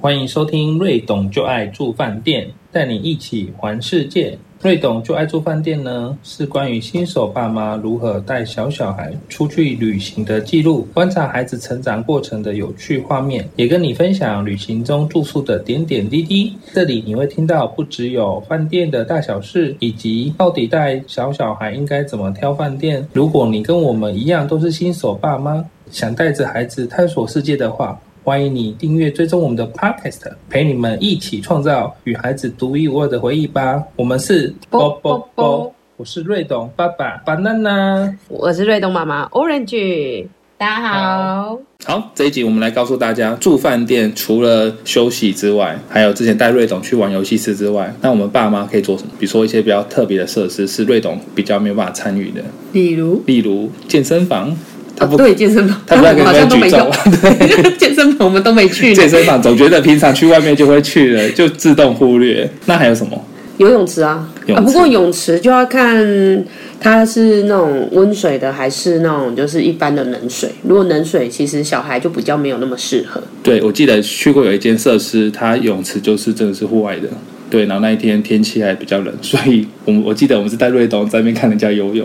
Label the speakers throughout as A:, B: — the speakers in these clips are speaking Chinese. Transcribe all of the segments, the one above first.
A: 欢迎收听《瑞董就爱住饭店》，带你一起环世界。瑞董就爱住饭店呢，是关于新手爸妈如何带小小孩出去旅行的记录，观察孩子成长过程的有趣画面，也跟你分享旅行中住宿的点点滴滴。这里你会听到不只有饭店的大小事，以及到底带小小孩应该怎么挑饭店。如果你跟我们一样都是新手爸妈，想带着孩子探索世界的话，欢迎你订阅追踪我们的 Podcast，陪你们一起创造与孩子独一无二的回忆吧。我们是
B: 啵啵啵，
A: 我是瑞董爸爸 banana。
B: 我是瑞东妈妈 Orange，大家好。
A: 好，这一集我们来告诉大家，住饭店除了休息之外，还有之前带瑞董去玩游戏室之外，那我们爸妈可以做什么？比如说一些比较特别的设施是瑞董比较没有办法参与的，啊
B: 比如，
A: 例如健身房，他不、
B: 哦、对健身房，
A: 他不在跟你
B: 我 好像
A: 们
B: 都没
A: 举重
B: 有。。 健身房我们都没去呢，
A: 啊健身房总觉得平常去外面就会去了，就自动忽略。那还有什么？
B: 游泳池啊
A: 泳
B: 啊，
A: 池
B: 不过泳池就要看它是那种温水的，还是那种就是一般的冷水。如果冷水，其实小孩就比较没有那么适合。
A: 对，我记得去过有一间设施，它泳池就是真的是户外的。对，然后那一天天气还比较冷，所以我们我记得我们是带瑞东在那边看人家游泳。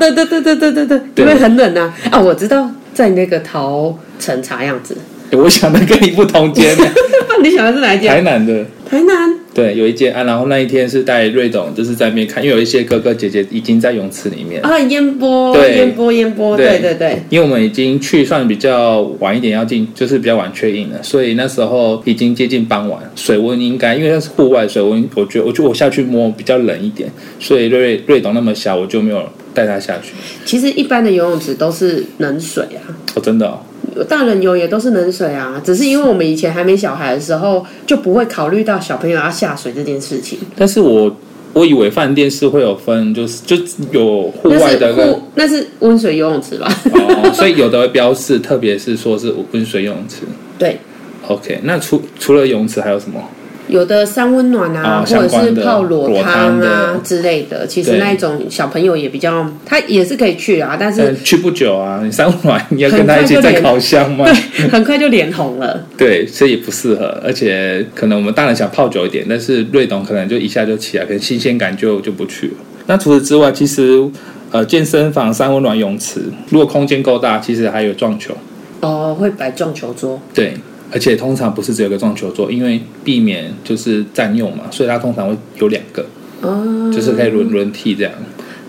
B: 对对对对对对对，
A: 对
B: 因为很冷啊啊，我知道在那个桃城茶样子，
A: 诶 我想的跟你不同间，
B: 那你想的是哪一家？
A: 台南的。
B: 台南
A: 对，有一间啊，然后那一天是带瑞董，就是在那边看，因为有一些哥哥姐姐已经在泳池里面，
B: 啊，烟波
A: 对
B: 烟波烟波，
A: 对
B: 对对对。
A: 因为我们已经去算比较晚一点要进，就是比较晚确定了，所以那时候已经接近傍晚，水温应该因为那是户外，水温我觉得我就我下去摸比较冷一点，所以瑞瑞董那么小，我就没有带他下去。
B: 其实一般的游泳池都是冷水啊，
A: 哦，真的、哦，
B: 大人游也都是冷水啊，只是因为我们以前还没小孩的时候，就不会考虑到小朋友要下水这件事情。
A: 但是我我以为饭店是会有分，就是就有户
B: 那
A: 外
B: 是
A: 的跟
B: 户那是温水游泳池吧？
A: 哦，所以有的会标示，特别是说是温水游泳池。
B: 对，
A: OK，那除除了泳池还有什么？
B: 有的三温暖啊，
A: 啊
B: 或
A: 相
B: 者是
A: 关的
B: 泡
A: 裸汤
B: 汤
A: 的
B: 啊之类的，其实
A: 对
B: 那一种小朋友也比较，他也是可以去啊，但是
A: 但去不久啊，你三晚你要跟
B: 很
A: 他
B: 快
A: 一起
B: 就
A: 在
B: 连
A: 烤箱吗？
B: 很快就脸红了。
A: 对，所以也不适合，而且可能我们大人想泡久一点，但是瑞董可能就一下就起来，可能新鲜感就就不去了。那除此之外，其实呃健身房、三温暖、泳池，如果空间够大，其实还有撞球。
B: 哦，会摆撞球桌，
A: 对，而且通常不是只有一个撞球桌，因为避免就是占用嘛，所以它通常会有两个，
B: 哦
A: 就是可以轮轮替这样。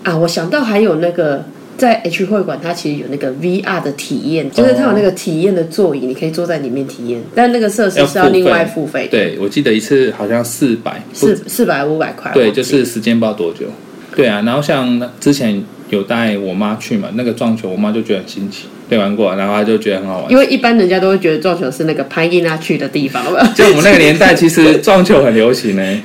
B: 啊，我想到还有那个在 H 会馆，它其实有那个 VR 的体验，就是它有那个体验的座椅，你可以坐在里面体验，但那个设施是
A: 要
B: 要
A: 付费
B: 另外付费的，
A: 对，我记得一次好像四百，
B: 四四百五百块。
A: 对，
B: 忘记
A: 就是时间不知道多久。对啊，然后像之前有带我妈去嘛，那个撞球，我妈就觉得很新奇，对玩过，然后她就觉得很好玩。
B: 因为一般人家都会觉得撞球是那个潘吉娜去的地方吧？
A: 就我们那个年 代，其实撞球很流行呢、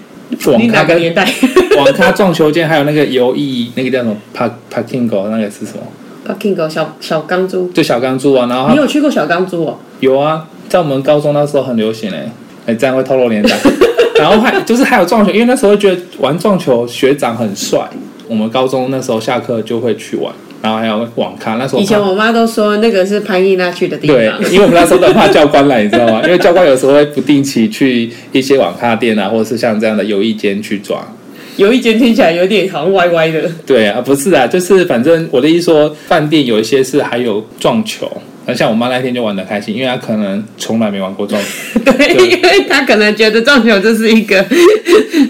A: 网
B: 你
A: 咖
B: 哪个
A: 跟
B: 年代？
A: 网咖撞球间，还有那个游艺，那个叫什么 park parking go，那个是什么？
B: Parking 狗小小钢珠，
A: 就小钢珠啊，然后它
B: 你有去过小钢珠哦？
A: 有啊，在我们高中那时候很流行嘞、欸，哎、这样会透露年 代。然后还就是还有撞球，因为那时候觉得玩撞球学长很帅，我们高中那时候下课就会去玩，然后还有网咖，那时候
B: 以前
A: 怕
B: 我妈都说那个是潘吉娜去的地
A: 对
B: 方，，
A: 因为我们那时候都很怕教官来，你知道吗？因为教官有时候会不定期去一些网咖店啊，或者是像这样的游艺间去抓。
B: 有一间听起来有点好像歪歪的。
A: 对啊，不是啊，就是反正我的意思说，饭店有一些是还有撞球，那像我妈那天就玩的开心，因为她可能从来没玩过撞 球。
B: 对，
A: 对
B: 因为他可能觉得撞球这是一个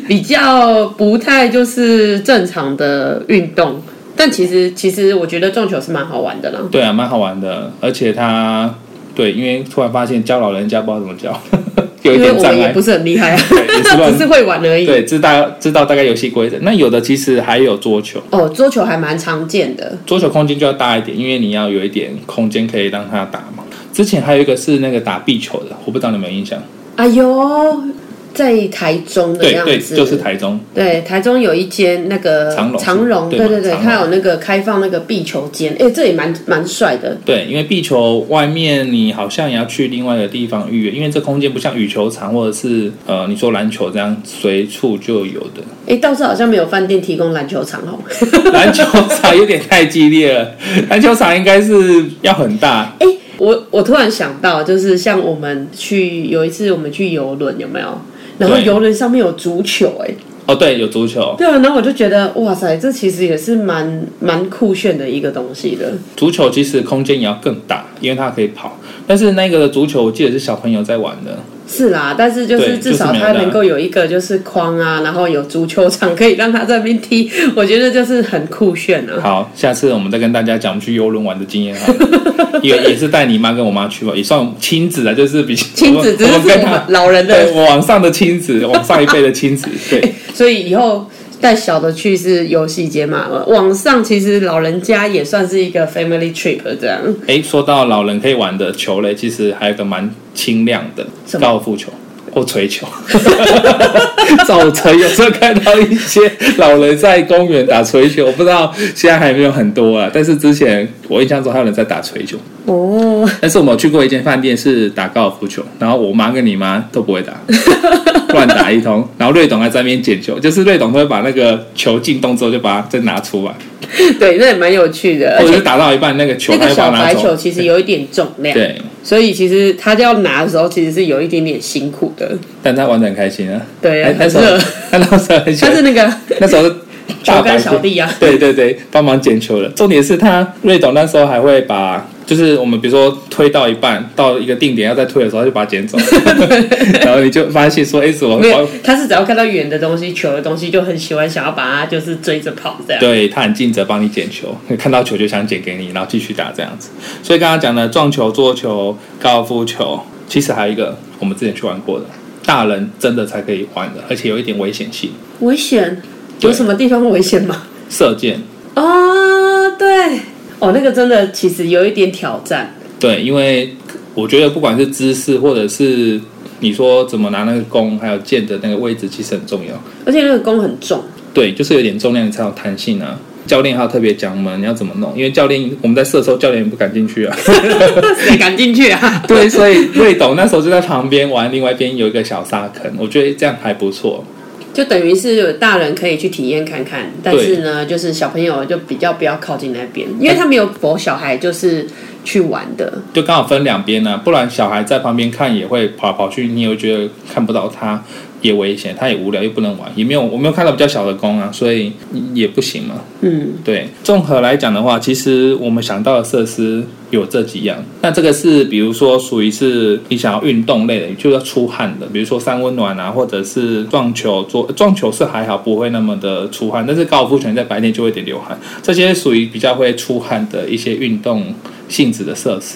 B: 比较不太就是正常的运动，但其实其实我觉得撞球是蛮好玩的啦。
A: 对啊，蛮好玩的，而且他对，因为突然发现教老人家不知道怎么教， 有一
B: 因为
A: 点
B: 我
A: 障
B: 们也
A: 碍
B: 不。是很厉害啊，
A: 对也 是乱
B: 只是会玩而已。
A: 对，知道知道大概游戏规则。那有的其实还有桌球，
B: 哦，桌球还蛮常见的，
A: 桌球空间就要大一点，因为你要有一点空间可以让他打嘛。之前还有一个是那个打壁球的，我不知道你有没有印象？
B: 哎呦，在台中的
A: 对
B: 样
A: 对，
B: 子，
A: 就是台中。
B: 对台中有一间那个
A: 长荣
B: 长荣，
A: 对
B: 对
A: 吧
B: 对对，
A: 长荣
B: 它有那个开放那个壁球间，哎，这也蛮蛮帅的，
A: 对，因为壁球外面你好像也要去另外一个地方预约，因为这空间不像羽球场或者是呃你说篮球这样随处就有的。
B: 哎，倒是好像没有饭店提供篮球场哦。
A: 篮球场有点太激烈了，篮球场应该是要很大，
B: 哎，我我突然想到，就是像我们去有一次我们去游轮，有没有？然后
A: 对
B: 游轮上面有足球、哎，
A: 哦，对，有足球，
B: 对啊，然后我就觉得哇塞，这其实也是蛮蛮酷炫的一个东西的。
A: 足球其实空间也要更大，因为它可以跑。但是那个足球我记得是小朋友在玩的，
B: 是啦，但是就
A: 对
B: 是至少
A: 就是没有
B: 它
A: 的啊
B: 能够有一个就是框啊，然后有足球场可以让他在那边踢，我觉得就是很酷炫 啊。
A: 好，下次我们再跟大家讲我们去游轮玩的经验好 了，也也是带你妈跟我妈去吧，也算亲子啊，就是比较
B: 亲子只
A: 我
B: 是
A: 们
B: 我
A: 跟
B: 们
A: 他
B: 老人
A: 对
B: 的，
A: 往上的亲 子，往上一辈的亲子，对，
B: 所以以后带小的去是游戏节嘛。网上其实老人家也算是一个 family trip 这样。
A: 哎，说到老人可以玩的球类，其实还有一个蛮清亮的
B: 什么
A: 高尔夫球。或锤 球， 早晨有时候看到一些老人在公园打锤球，我不知道现在还有没有很多啊。但是之前我印象中还有人在打锤球，
B: 哦，
A: 但是我们有去过一间饭店是打高尔夫球，然后我妈跟你妈都不会 打，乱打一通。然后瑞董还在那边捡球，就是瑞董都会把那个球进洞之后就把它再拿出来，
B: 对，那也蛮有趣的，而
A: 或者是
B: 且
A: 打到一半那个球
B: 那
A: 还
B: 个
A: 会把
B: 小
A: 它拿
B: 白球
A: 走。
B: 其实有一点重量，
A: 对，
B: 所以其实他要拿的时候其实是有一点点辛苦的。
A: 但他玩的很开心啊。
B: 对啊
A: 哎那时
B: 很
A: 候
B: 热
A: 他那时候很喜
B: 他是
A: 欢，
B: 那个
A: 那时候是大白
B: 球杆小弟啊，
A: 对对对，帮忙捡球的。重点是他瑞董那时候还会把，就是我们比如说推到一半，到一个定点要再推的时候，他就把它 捡走，然后你就发现说，哎，怎么
B: 没有，他是只要看到远的东西、球的东西，就很喜欢想要把它就是追着跑这样。
A: 对他很尽责帮你捡球，看到球就想捡给你，然后继续打这样子。所以刚刚讲的撞球、桌球、高尔夫球，其实还有一个我们之前去玩过的，大人真的才可以玩的，而且有一点危险性，
B: 危险？
A: 对
B: 有什么地方危险吗？
A: 射箭。
B: 啊，对，哦，那个真的其实有一点挑战。
A: 对，因为我觉得不管是姿势或者是你说怎么拿那个弓，还有箭的那个位置，其实很重要。
B: 而且那个弓很 重，
A: 对，就是有点重量才有弹性啊。教练还有特别讲我们要怎么弄，因为教练我们在射的时候，教练也不敢进去啊。
B: 谁敢进去啊？
A: 对，所以瑞董那时候就在旁边玩，另外一边有一个小沙坑，我觉得这样还不错。
B: 就等于是有大人可以去体验看看，但是呢，就是小朋友就比较不要靠近那边，因为他们有否小孩就是去玩的。
A: 就刚好分两边呢，不然小孩在旁边看也会跑来跑去，你也会觉得看不到他，也危险，他也无聊又不能玩，也没有我没有看到比较小的弓啊，所以也不行嘛。
B: 嗯，
A: 对，综合来讲的话，其实我们想到的设施有这几样。那这个是比如说属于是你想要运动类的，就是要出汗的，比如说三温暖啊，或者是撞球。做撞球是还好，不会那么的出汗，但是高尔夫球你在白天就会有点流汗，这些属于比较会出汗的一些运动性质的设施。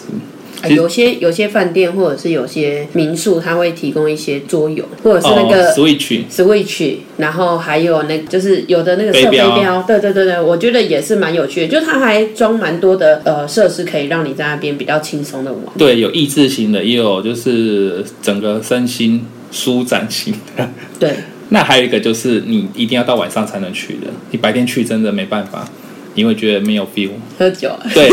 B: 啊
A: 其实
B: 有些有些饭店或者是有些民宿，它会提供一些桌游，或者是那
A: 哦
B: 个
A: ，Switch。
B: Switch，然后还有那就是有的那个设
A: 飞
B: 备
A: 镖
B: 标，对对对对，我觉得也是蛮有趣的，就它还装蛮多的呃设施，可以让你在那边比较轻松的玩。
A: 对，有益智型的，也有就是整个身心舒展型的。
B: 对，
A: 那还有一个就是你一定要到晚上才能去的，你白天去真的没办法，你会觉得没有 feel。
B: 喝酒，啊
A: 对，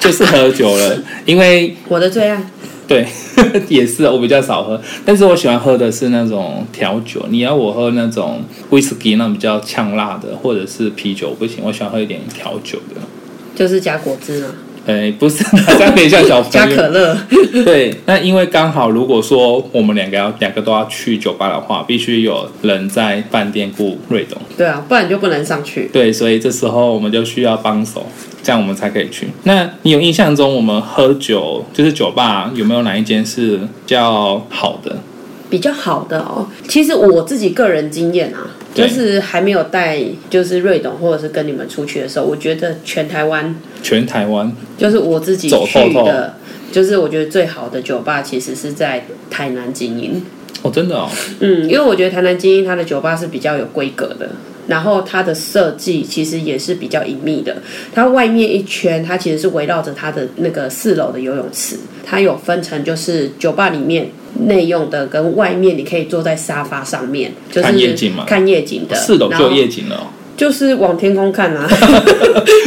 A: 就是喝酒了，因为
B: 我的最爱。
A: 对 也是我比较少喝，但是我喜欢喝的是那种调酒。你要我喝那种 whisky 那种比较呛辣的，或者是啤酒不行，我喜欢喝一点调酒的。
B: 就是加果汁嘛，
A: 哎，不是，这样等一下小
B: 加
A: 朋友。
B: 可乐，
A: 对，那因为刚好，如果说我们两个要两个都要去酒吧的话，必须有人在饭店雇瑞董。
B: 对啊，不然你就不能上去。
A: 对，所以这时候我们就需要帮手，这样我们才可以去。那你有印象中我们喝酒就是酒吧有没有哪一间是比较好的？
B: 比较好的哦，其实我自己个人经验啊，
A: 对
B: 就是还没有带就是瑞董或者是跟你们出去的时候，我觉得全台湾
A: 全台湾
B: 就是我自己
A: 走
B: 去
A: 透透
B: 的，就是我觉得最好的酒吧其实是在台南精英。
A: 哦，真的 哦，
B: 嗯，因为我觉得台南精英它的酒吧是比较有规格的，然后它的设计其实也是比较隐秘的。它外面一圈，它其实是围绕着它的那个四楼的游泳池，它有分成就是酒吧里面内用的跟外面，你可以坐在沙发上面，就是
A: 看夜景嘛
B: 看夜景的，
A: 四楼
B: 然
A: 就
B: 后
A: 有夜景了哦、
B: 就是往天空看啊，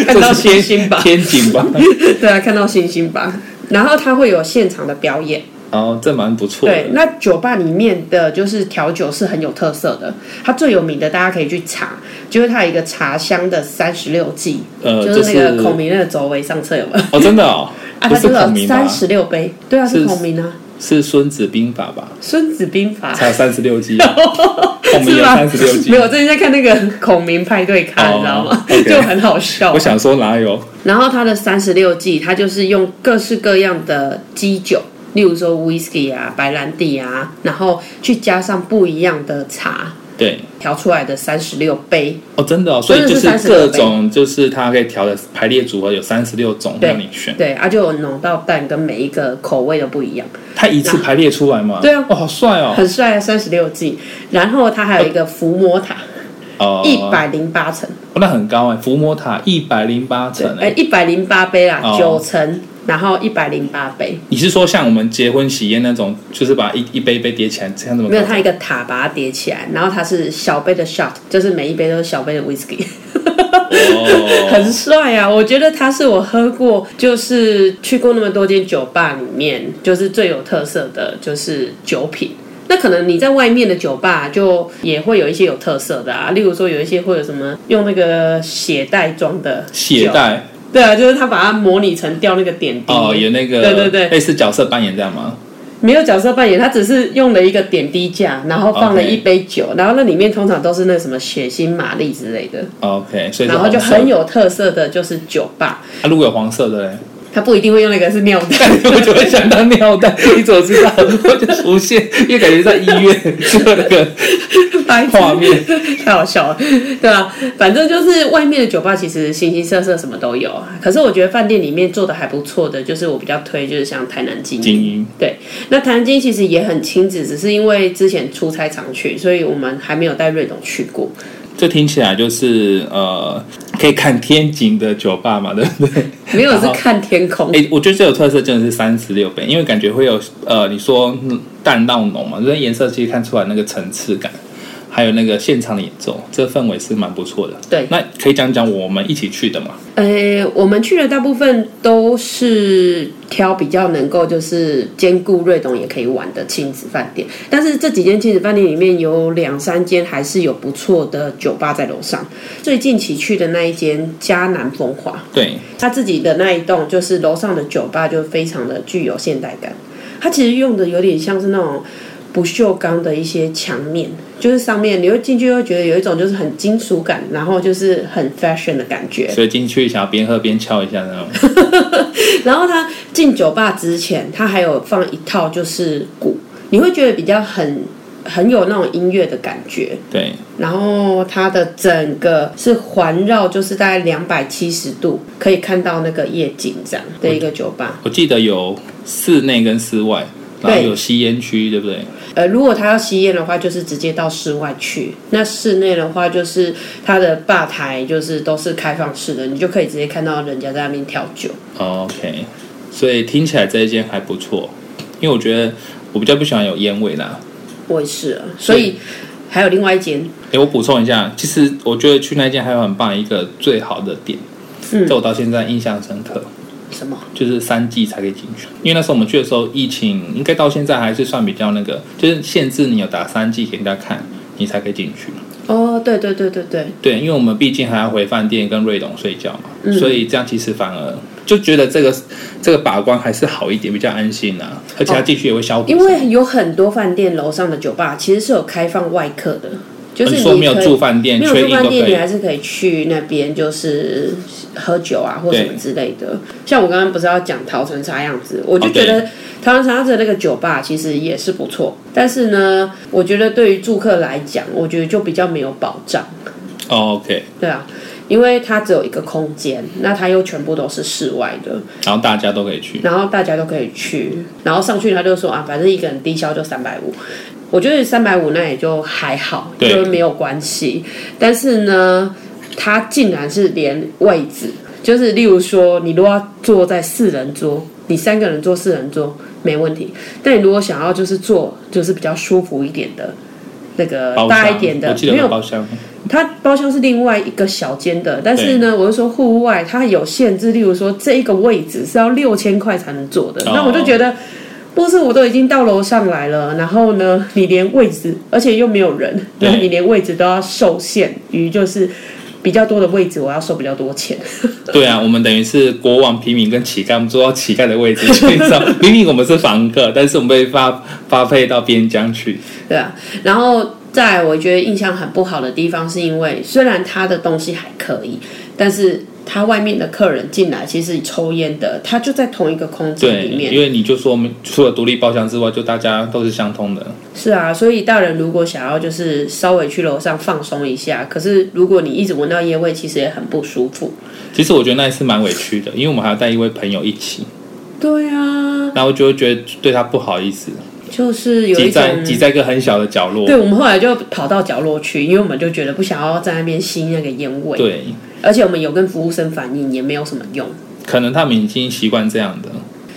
B: 看到
A: 这是
B: 星
A: 天
B: 星吧，
A: 天景吧。嗯
B: 对啊，看到星星吧。然后它会有现场的表演。
A: 哦，这蛮不错
B: 对
A: 的，。
B: 那酒吧里面的就是调酒是很有特色的，它最有名的大家可以去查，就是它有一个茶香的三十六计，
A: 呃，
B: 就
A: 这
B: 是那个
A: 是
B: 孔明那个走为上策有没有？
A: 哦，真的哦，
B: 啊，
A: 不
B: 它
A: 是
B: 就是
A: 孔明吧
B: 三十六杯，对啊，是
A: 是
B: 孔明啊，
A: 是《孙子兵法》吧？
B: 《孙子兵法
A: 才》有三十六 计啊，孔明
B: 是
A: 有
B: 吧
A: 三十六？计
B: 没。有，我最近在看那个孔明派对咖，
A: 哦
B: 你知道吗？
A: OK
B: 就很好笑
A: 我。想说哪有？
B: 然后它的三十六计，它就是用各式各样的基酒，例如说 whisky 啊、白兰地啊，然后去加上不一样的茶。
A: 对，
B: 调出来的三十六杯，
A: 哦，真的哦，所以就
B: 真的
A: 是
B: 是
A: 各
B: 36
A: 种就是它可以调的排列组合有三十六种
B: 对
A: 让你选，
B: 对，啊，就有浓到淡，跟每一个口味都不一样，
A: 它一次排列出来嘛？
B: 对啊
A: 哦，好帅哦，
B: 很帅啊，三十六计。然后它还有一个伏魔塔，
A: 哦，
B: 一百零八层，
A: 哦那很高哎，伏魔塔一百零八层
B: 哎，
A: 哎，
B: 一百零八杯啦
A: 哦，
B: 九层，然后一百零八杯，
A: 你是说像我们结婚喜宴那种，就是把一一杯一杯叠起来，像这么
B: 没有，
A: 高
B: 它一个塔把它叠起来，然后它是小杯的 shot，就是每一杯都是小杯的 whisky，
A: 哦，
B: 很帅啊！我觉得它是我喝过，就是去过那么多间酒吧里面，就是最有特色的就是酒品。那可能你在外面的酒吧就也会有一些有特色的啊，例如说有一些会有什么用那个血袋装的
A: 血
B: 酒，
A: 袋
B: 对啊，就是他把它模拟成掉那个点滴，
A: 哦，有那个
B: 对对对
A: 类似角色扮演这样吗？
B: 没有角色扮演，他只是用了一个点滴架，然后放了
A: OK
B: 一杯酒然后那里面通常都是那什么血腥玛丽之类的，
A: OK，所以是
B: 然后就
A: 红色
B: 很。有特色的就是酒吧，
A: 啊，如果有黄色的嘞，
B: 他不一定会用那个是尿袋，
A: 我就会想到尿袋，你怎么知道？我就出现，因为感觉在医院做那个
B: 白痴
A: 画面，
B: 太好笑了，对啊，反正就是外面的酒吧其实形形色色什么都有，啊可是我觉得饭店里面做的还不错的，就是我比较推就是像台南金
A: 精英。
B: 对，那台南金其实也很亲子，只是因为之前出差常去，所以我们还没有带瑞董去过。
A: 这听起来就是呃，可以看天井的酒吧嘛，对不对？
B: 没有
A: 然
B: 是
A: 后
B: 看天空，
A: 哎，我觉得最有特色真的是三十六杯，因为感觉会有呃，你说嗯淡到浓嘛，就是颜色其实看出来那个层次感，还有那个现场的演奏，这氛围是蛮不错的。
B: 对
A: 那可以讲讲我们一起去的嘛？
B: 呃，我们去的大部分都是挑比较能够就是兼顾瑞董也可以玩的亲子饭店，但是这几间亲子饭店里面有两三间还是有不错的酒吧在楼上。最近期去的那一间嘉南风华，
A: 对，
B: 他自己的那一栋就是楼上的酒吧，就非常的具有现代感。它其实用的有点像是那种不锈钢的一些墙面，就是上面你会进去会觉得有一种就是很金属感，然后就是很 fashion 的感觉。
A: 所以进去想要边喝边敲一下那种。
B: 然后他进酒吧之前，他还有放一套就是鼓，你会觉得比较很很有那种音乐的感觉。
A: 对，
B: 然后它的整个是环绕，就是大概两百七十度可以看到那个夜景这样的一个酒吧。
A: 我记得有室内跟室外，然后有吸烟区，对不对？
B: 呃，如果他要吸烟的话，就是直接到室外去；那室内的话，就是它的吧台就是都是开放式的，你就可以直接看到人家在那边调酒。
A: OK，所以听起来这一间还不错，因为我觉得我比较不喜欢有烟味啦。
B: 我也是啊，所以还有另外一间，
A: 诶，我补充一下，其实我觉得去那间还有很棒一个最好的点，
B: 嗯
A: 这我到现在印象深刻，
B: 什么？
A: 就是三 G 才可以进去。因为那时候我们去的时候，疫情应该到现在还是算比较那个，就是限制你有打三 G 给人家看，你才可以进去。
B: 哦，对对对对对，
A: 对，因为我们毕竟还要回饭店跟瑞董睡觉嘛，
B: 嗯
A: 所以这样其实反而就觉得这个这个把关还是好一点，比较安心啊，而且它进去也会消毒什
B: 哦因
A: 么的。
B: 为有很多饭店楼上的酒吧其实是有开放外客的，就
A: 哦
B: 是
A: 你
B: 你
A: 说没有
B: 可以
A: 住饭店，
B: 没有
A: 缺
B: 住
A: 一都
B: 饭
A: 可
B: 店，你
A: 以
B: 还是可以去那边，就是喝酒啊或什么
A: 对
B: 之类的。像我刚刚不是要讲桃城茶样子，我就
A: 哦
B: 觉得桃城茶样子的那个酒吧其实也是不错，但是呢，我觉得对于住客来讲，我觉得就比较没有保障，
A: 哦 OK，
B: 对啊。因为它只有一个空间，那它又全部都是室外的，
A: 然后大家都可以去。
B: 然后大家都可以去，然后上去他就说啊，反正一个人低消就三百五，我觉得三百五那也就还好，
A: 对
B: 就是没有关系。但是呢，他竟然是连位置，就是例如说，你如果要坐在四人桌，你三个人坐四人桌没问题，但你如果想要就是坐就是比较舒服一点的。那个
A: 包
B: 大
A: 厢
B: 一点的
A: 我记，得
B: 没有
A: 有包厢，
B: 它包厢是另外一个小间的，但是呢，我就说户外它有限制，例如说这一个位置是要六千块才能坐的，
A: 哦
B: 那我就觉得。不是，我都已经到楼上来了，然后呢，你连位置，而且又没有人，
A: 对
B: 那你连位置都要受限于就是比较多的位置，我要收比较多钱。
A: 对啊，我们等于是国王、平民跟乞丐，我们坐到乞丐的位置去找。 明明我们是房客，但是我们被发发配到边疆去。
B: 对啊，然后再来我觉得印象很不好的地方，是因为虽然他的东西还可以，但是他外面的客人进来，其实抽烟的，他就在同一个空间
A: 对，
B: 里面。
A: 因为你就说我们除了独立包厢之外，就大家都是相通的。
B: 是啊，所以大人如果想要就是稍微去楼上放松一下，可是如果你一直闻到烟味，其实也很不舒服。
A: 其实我觉得那一次蛮委屈的，因为我们还要带一位朋友一起，
B: 对啊，
A: 然后就会觉得对他不好意思，
B: 就是有
A: 挤
B: 一种
A: 在挤在一个很小的角落。
B: 对，我们后来就跑到角落去，因为我们就觉得不想要在那边吸那个烟味，
A: 对，
B: 而且我们有跟服务生反映，也没有什么用。
A: 可能他们已经习惯这样的，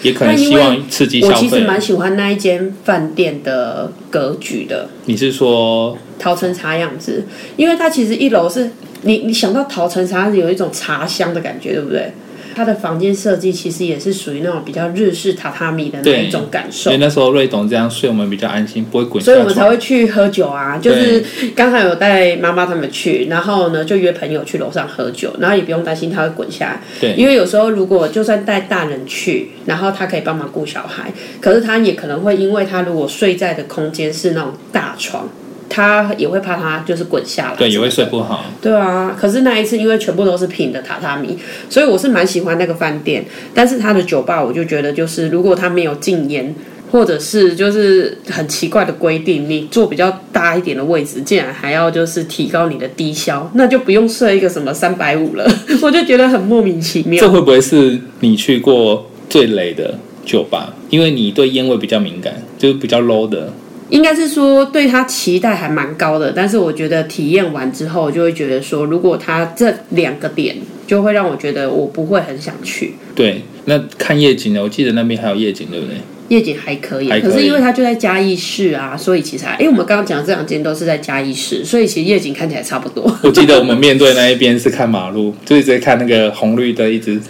A: 也可能
B: 那因
A: 希
B: 为
A: 望刺激
B: 我
A: 消
B: 其实
A: 费。
B: 蛮喜欢那一间饭店的格局的，
A: 你是说
B: 桃城茶样子，因为它其实一楼是你你想到桃城茶有一种茶香的感觉，对不对？它的房间设计其实也是属于那种比较日式榻榻米的那
A: 对
B: 一种感
A: 因
B: 受
A: 为，那时候瑞董这样睡，我们比较安心，不会滚下
B: 所以我
A: 床。
B: 们才会去喝酒啊。就是刚好有带妈妈他们去，然后呢就约朋友去楼上喝酒，然后也不用担心他会滚下来，
A: 对
B: 因为有时候如果就算带大人去，然后他可以帮忙顾小孩，可是他也可能会因为他如果睡在的空间是那种大床，他也会怕他就是滚下来。
A: 对，也会睡不好。
B: 对啊，可是那一次因为全部都是平的榻榻米，所以我是蛮喜欢那个饭店。但是他的酒吧，我就觉得就是如果他没有禁烟，或者是就是很奇怪的规定，你坐比较大一点的位置，竟然还要就是提高你的低消，那就不用设一个什么三百五了， 我就觉得很莫名其妙
A: 这。会不会是你去过最雷的酒吧？因为你对烟味比较敏感，就是比较 low 的。
B: 应该是说对他期待还蛮高的，但是我觉得体验完之后，就会觉得说，如果他这两个点，就会让我觉得我不会很想去。
A: 对，那看夜景呢？我记得那边还有夜景，对 不对？
B: 夜景还可以，
A: 还可以
B: 可是因为它就在嘉义市啊，所以其实还，因为我们刚刚讲的这两间都是在嘉义市，所以其实夜景看起来差不多。
A: 我记得我们面对那一边是看马路，就是直接看那个红绿灯一直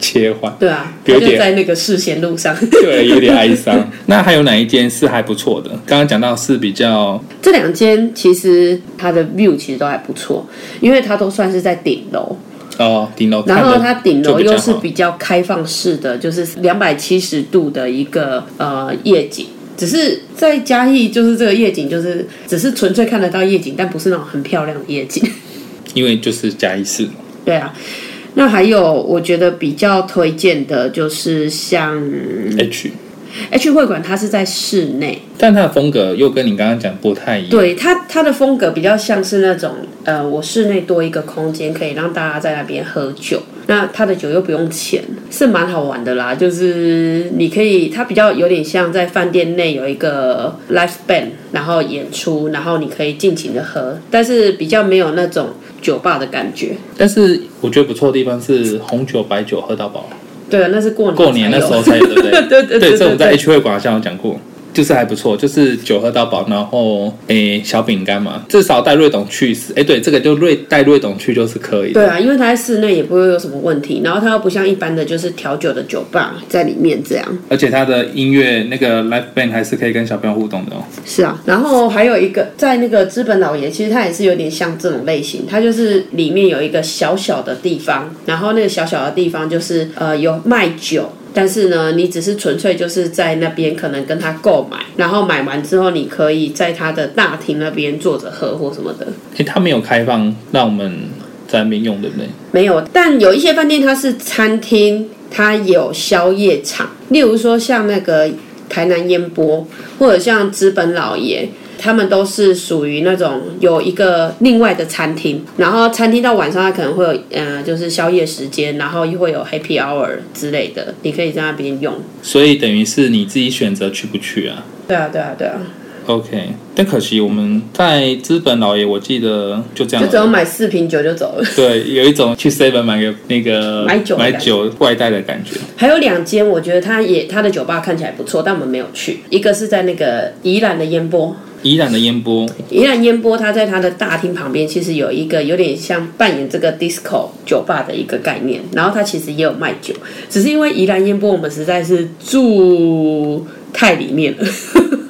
A: 切换，
B: 对啊，它
A: 有点
B: 就在那个世贤路上。
A: 对，有点哀伤。那还有哪一间是还不错的？刚刚讲到是比较
B: 这两间其实它的 view 其实都还不错，因为它都算是在顶楼，
A: 哦顶楼看
B: 然
A: 的，
B: 后它顶楼又是
A: 就比
B: 比较开放式的，就是两百七十度的一个呃夜景。只是在嘉义，就是这个夜景，就是只是纯粹看得到夜景，但不是那种很漂亮的夜景。
A: 较好，因为就是嘉义市。
B: 对啊，那还有我觉得比较推荐的就是像嗯
A: H，
B: H 会馆，它是在室内，
A: 但它的风格又跟你刚刚讲不太一样。
B: 对它它的风格比较像是那种呃，我室内多一个空间可以让大家在那边喝酒，那它的酒又不用钱，是蛮好玩的啦。就是你可以，它比较有点像在饭店内有一个 live band，然后演出，然后你可以尽情的喝，但是比较没有那种酒吧的感觉。
A: 但是我觉得不错的地方是红酒、白酒喝到饱，
B: 对啊，那是过年
A: 过年
B: 才
A: 那
B: 有
A: 时候才有，对不对？
B: 对对对
A: 这我
B: 对
A: 们在 H 会馆好像有讲过，就是还不错，就是酒喝到饱，然后诶小饼干嘛，至少带瑞董去是诶，对，这个就瑞带瑞董去就是可以的。
B: 对啊，因为它在室内也不会有什么问题，然后它又不像一般的就是调酒的酒吧在里面这样。
A: 而且它的音乐那个 live band 还是可以跟小朋友互动的哦。
B: 是啊，然后还有一个在那个资本老爷，其实它也是有点像这种类型，它就是里面有一个小小的地方，然后那个小小的地方就是呃有卖酒。但是呢，你只是纯粹就是在那边可能跟他购买，然后买完之后，你可以在他的大厅那边坐着喝或什么的。
A: 诶，它没有开放让我们在那边用，对不对？
B: 没有，但有一些饭店它是餐厅，它有宵夜场，例如说像那个台南烟波，或者像资本老爷。他们都是属于那种有一个另外的餐厅，然后餐厅到晚上它可能会有，呃，就是宵夜时间，然后又会有 happy hour 之类的，你可以在那边用。
A: 所以等于是你自己选择去不去啊。
B: 对啊，对啊，对啊，
A: OK，但可惜我们在资本老爷，我记得就这样
B: 就
A: 了，
B: 只有买四瓶酒就走了。
A: 对，有一种去 Seven 买个那个
B: 买酒的
A: 买
B: 感觉
A: 酒外带的感觉。
B: 还有两间，我觉得它也它的酒吧看起来不错，但我们没有去。一个是在那个宜兰的烟波，
A: 宜兰的烟 波，
B: 宜兰烟波，它在它的大厅旁边，其实有一个有点像扮演这个 disco 酒吧的一个概念，然后它其实也有卖酒，只是因为宜兰烟波我们实在是住太里面了，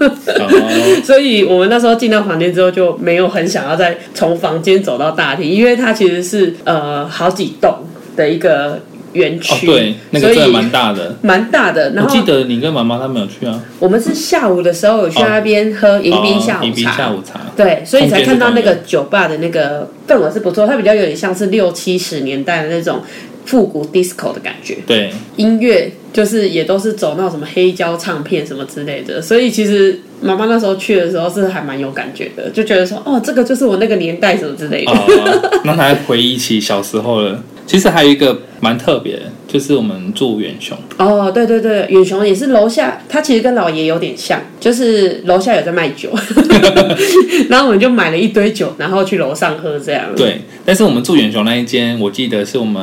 A: 哦，
B: 所以我们那时候进到房间之后就没有很想要再从房间走到大厅，因为它其实是呃好几栋的一个园区、
A: 对，那个
B: 所
A: 真的
B: 以
A: 蛮大的。
B: 蛮大的。然
A: 我
B: 后
A: 记得你跟妈妈他们有去啊，
B: 我们是下午的时候有去
A: 哦
B: 那边喝迎宾
A: 哦
B: 下午
A: 迎宾
B: 茶，
A: 下午茶，
B: 对，所以才看到那
A: 空
B: 个
A: 间
B: 酒吧的那个氛围是不错，它比较有点像是六七十年代的那种复古 disco 的感觉，
A: 对，
B: 音乐就是也都是走那种什么黑胶唱片什么之类的，所以其实妈妈那时候去的时候是还蛮有感觉的，就觉得说哦，这个就是我那个年代什么之类的。
A: 啊、 那他还回忆起小时候了。其实还有一个蛮特别的，就是我们住远雄，
B: 哦，对对对，远雄也是楼下，他其实跟老爷有点像，就是 楼下有在卖酒，然后我们就买了一堆酒，然后去楼上喝这样。
A: 对，但是我们住远雄那一间，我记得是我们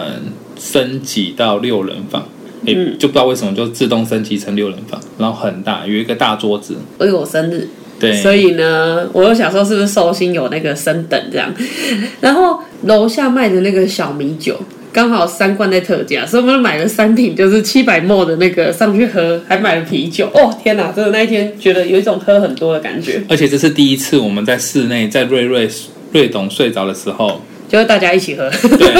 A: 升级到六人房。也、
B: 嗯
A: 就不知道为什么就自动升级成六人房，然后很大，有一个大桌子，
B: 因为我生日，
A: 对，
B: 所以呢，我又想说是不是寿星有那个升等这样， 然后楼下卖的那个小米酒。刚好三罐在特价，所以我们买了三瓶，就是七百沫的那个上去喝，还买了啤酒。哦天哪，真的那一天觉得有一种喝很多的感觉，
A: 而且这是第一次我们在室内，在瑞瑞瑞董睡着的时候，
B: 就是大家一起喝。
A: 对，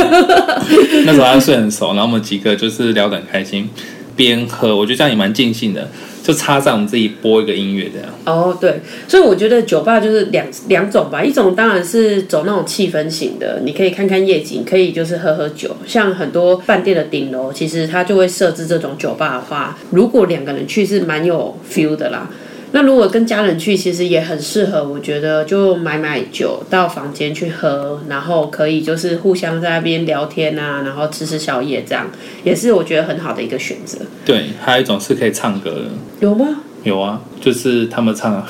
A: 那时候他睡很熟，然后我们几个就是聊得很开心，边喝，我觉得这样也蛮尽兴的，就插上我们自己播一个音乐这样。
B: 哦，对，所以我觉得酒吧就是两两种吧，一种当然是走那种气氛型的，你可以看看夜景，可以就是喝喝酒。像很多饭店的顶楼，其实它就会设置这种酒吧的话，如果两个人去是蛮有 feel 的啦。那如果跟家人去，其实也很适合，我觉得就买买酒到房间去喝，然后可以就是互相在那边聊天啊，然后吃吃宵夜这样，也是我觉得很好的一个选择。
A: 对，还有一种是可以唱歌的，
B: 有吗？
A: 有啊，就是他们唱啊，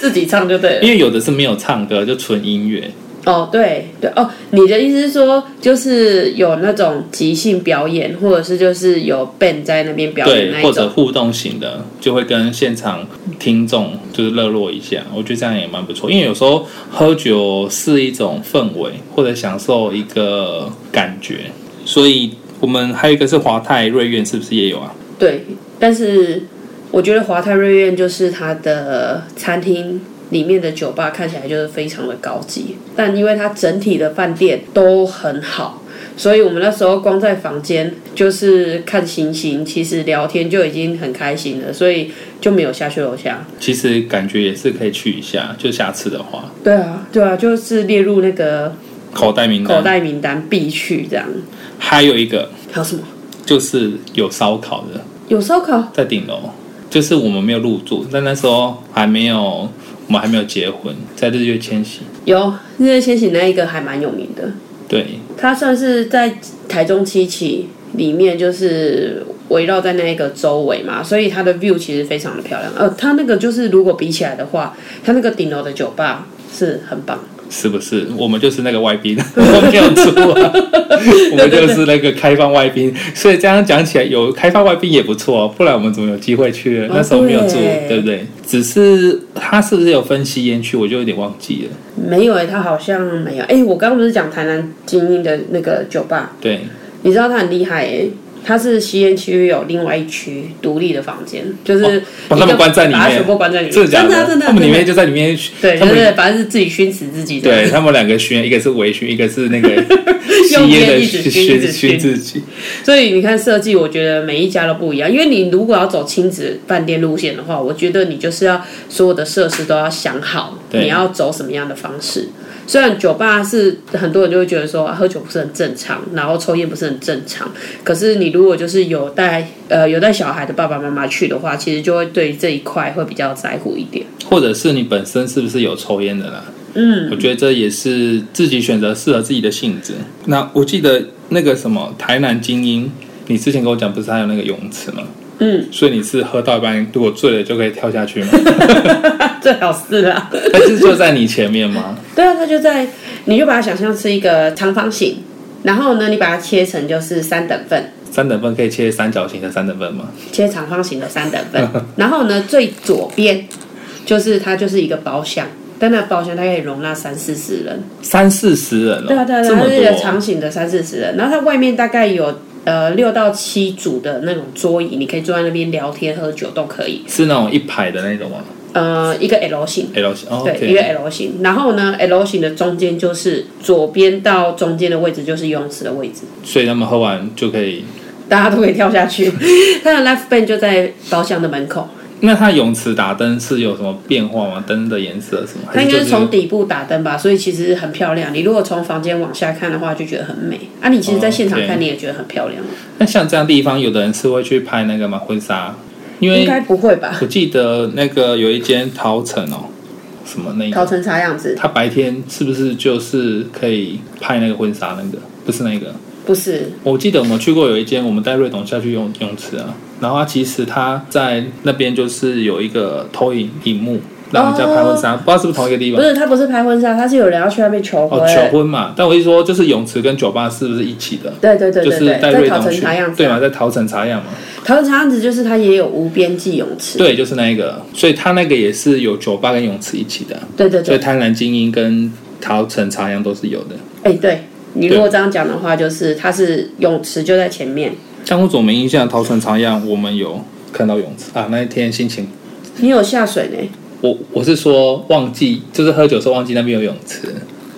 B: 自己唱就对了。
A: 因为有的是没有唱歌，就纯音乐。
B: 哦，对对哦，你的意思是说，就是有那种即兴表演，或者是就是有 band 在那边表演那
A: 对，
B: 一
A: 或者
B: 种。啊
A: 互动型的，就会跟现场听众就是热络一下，我觉得这样也蛮不错。因为有时候喝酒是一种氛围，或者享受一个感觉，所以我们还有一个是华泰瑞苑，是不是也有啊？
B: 对，但是我觉得华泰瑞苑就是它的餐厅里面的酒吧看起来就是非常的高级，但因为它整体的饭店都很好。所以我们那时候光在房间就是看星星，其实聊天就已经很开心了，所以就没有下去楼下。
A: 其实感觉也是可以去一下，就下次的话，
B: 对啊，对啊，就是列入那个
A: 口袋名
B: 口
A: 单。
B: 袋名单必去这样。
A: 还有一个
B: 还有什么？
A: 就是有烧烤的，
B: 有烧烤
A: 在顶楼，就是我们没有入住，但那时候还没有，我们还没有结婚，在日月千禧。
B: 有日月千禧那一个还蛮有名的，
A: 对，
B: 它算是在台中七期里面就是围绕在那一个周围嘛，所以它的 view 其实非常的漂亮。呃，它那个就是如果比起来的话，它那个顶楼的酒吧是很棒。
A: 是不是？我们就是那个外 宾，我没有出啊，我们就是那个开放外宾。所以这样讲起来，有开放外宾也不错、哦，不然我们怎么有机会去？那时候没有住，
B: 哦对
A: 对不对？只是他是不是有分吸烟区，我就有点忘记了。
B: 没有诶、欸它好像没有诶、我刚刚不是讲台南精英的那个酒吧，
A: 对，
B: 你知道它很厉害诶、它是吸烟区有另外一区独立的房间，就是
A: 哦把
B: 呃一
A: 他
B: 个
A: 们关在里
B: 把它全
A: 面
B: 部关在里面，
A: 真的假
B: 真的啊真的啊
A: 他们里
B: 真的啊
A: 面就在里面，
B: 对，
A: 他
B: 就
A: 们
B: 是反正是自己熏死自己的。啊
A: 对他们两个熏，一个是微醺，一个是那个
B: 用
A: 吸烟的
B: 烟一直熏一
A: 熏
B: 直
A: 熏
B: 熏
A: 自己。
B: 所以你看设计，我觉得每一家都不一样。因为你如果要走亲子饭店路线的话，我觉得你就是要所有的设施都要想好，
A: 对
B: 你要走什么样的方式。虽然酒吧是很多人就会觉得说、啊、喝酒不是很正常，然后抽烟不是很正常，可是你如果就是有带呃有带小孩的爸爸妈妈去的话，其实就会对于这一块会比较在乎一点。
A: 或者是你本身是不是有抽烟的啦？嗯，我觉得这也是自己选择适合自己的性质。那我记得那个什么台南精英，你之前跟我讲不是还有那个泳池吗？
B: 嗯，
A: 所以你是喝到一半，如果醉了就可以跳下去吗？
B: 最好是啦。
A: 但是就在你前面吗？
B: 对啊，它就在，你就把它想象是一个长方形，然后呢，你把它切成就是三等份，
A: 三等分可以切三角形的三等分吗？
B: 切长方形的三等 份，然后呢，最左边就是它就是一个包厢。但那包厢它可以容纳三四十人，
A: 三四十人哦，
B: 对啊对啊，对
A: 这
B: 啊它
A: 么
B: 是一个
A: 多哦
B: 长形的三四十人，然后它外面大概有呃六到七组的那种桌椅，你可以坐在那边聊天、喝酒都可以。
A: 是那种一排的那种吗
B: 呃，一个 L 型，
A: ？L 型，哦，
B: 对，
A: OK
B: 一个 L 型。然后呢，L 型的中间就是左边到中间的位置就是游泳池的位置，
A: 所以他们喝完就可以。
B: 大家都可以跳 下去。它的 Life Band 就在包厢的门口，
A: 那它泳池打灯是有什么变化吗？灯的颜色什么？
B: 它
A: 还
B: 应该
A: 就是
B: 从底部打灯吧，所以其实很漂亮。你如果从房间往下看的话，就觉得很美。啊，你其实在现场
A: 哦
B: 看
A: ，OK
B: 你也觉得很漂亮，
A: 那像这样地方，有的人是会去拍那个吗？婚纱，因
B: 应
A: 为
B: 该不会吧？
A: 我记得那个有一间陶城哦，什么那
B: 搞
A: 个，
B: 成啥样子？
A: 他白天是不是就是可以拍那个婚纱那个？不是那个，
B: 不是，
A: 我记得我们去过有一间，我们带瑞董下去泳泳池啊，然后它其实它在那边就是有一个投影荧幕，让人家拍婚纱，不知道是不是同一个地
B: 不
A: 方。
B: 是，他不是拍婚纱，他是有人要去外面求婚。
A: 哦，求婚嘛，但我一说就是泳池跟酒吧是不是一起的？
B: 对对对
A: 就
B: 对
A: 是
B: 对，
A: 带
B: 在
A: 瑞
B: 桃
A: 董
B: 城
A: 去
B: 茶样，子
A: 对
B: 啊，
A: 嘛，在桃城茶样嘛，
B: 桃城茶样子就是它也有无边际泳池。
A: 对，就是那一个，所以它那个也是有酒吧跟泳池一起的，啊
B: 对对
A: 所以
B: 对，
A: 贪婪精英跟桃城茶样都是有的。
B: 哎对，你如果这样讲的话，就是它是泳池就在前面。
A: 但我总没印象桃城茶样我们有看到泳池啊，那一天心情
B: 你有下水呢？
A: 我我是说忘记，就是喝酒的时候忘记那边有泳池，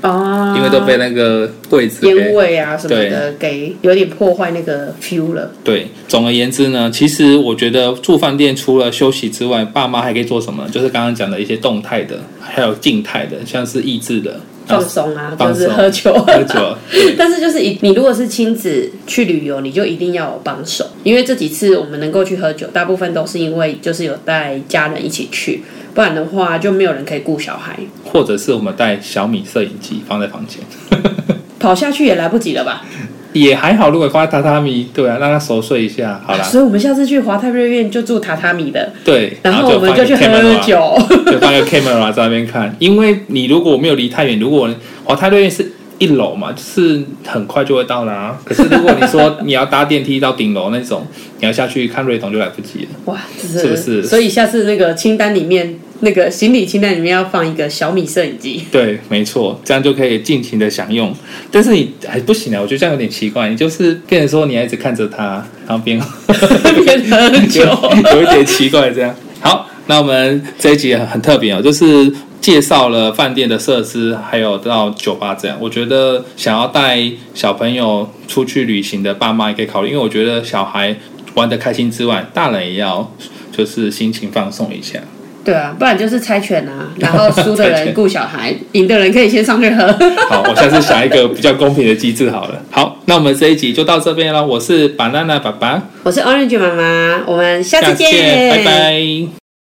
B: 哦，
A: 因为都被那个柜子
B: 烟
A: 给。
B: 味啊什么的给有点破坏那个 feel 了。
A: 对，总而言之呢，其实我觉得住饭店除了休息之外，爸妈还可以做什么呢？就是刚刚讲的一些动态的，还有静态的，像是益智的、
B: 放松啊，
A: 放
B: 就
A: 松
B: 是喝酒。
A: 喝酒。对
B: 但是就是一，你如果是亲子去旅游，你就一定要有帮手，因为这几次我们能够去喝酒，大部分都是因为就是有带家人一起去，不然的话就没有人可以顾小孩，
A: 或者是我们带小米摄影机放在房间，
B: 跑下去也来不及了吧？
A: 也还好。如果放在榻榻米，对啊，让它熟睡一下，好 啦。
B: 所以我们下次去华泰瑞苑就住榻榻米的，
A: 对，
B: 然后
A: 就
B: 我们
A: 放一
B: 就
A: 个
B: 去喝
A: camera
B: 酒。
A: 就放个 camera 在那边看，因为你如果没有离太远，如果哦，它对面是一楼嘛，就是很快就会到啦、可是如果你说你要搭电梯到顶楼那种，你要下去看瑞董就来不及了。
B: 哇，这
A: 是不是
B: 所以下次那个清单里面，那个行李清单里面要放一个小米摄影 机。
A: 对，没错，这样就可以尽情的享用。但是你还不行啊，我觉得这样有点奇怪，你就是变成说你要一直看着它，然后边
B: 边喝酒
A: 有一点奇怪这样。好，那我们这一集很特别哦，就是介绍了饭店的设施，还有到酒吧这样。我觉得想要带小朋友出去旅行的爸妈也可以考虑，因为我觉得小孩玩的开心之外，大人也要就是心情放松一 下。
B: 对啊，不然就是猜拳啊，然后输的
A: 猜
B: 人
A: 拳
B: 顾小孩，赢的人可以先上去喝。
A: 好，我下次想一个比较公平的机制好了。好，那我们这一集就到这边了。我是 banana 爸爸，
B: 我是 Orange 妈妈，我们下
A: 下
B: 次
A: 次见，拜拜。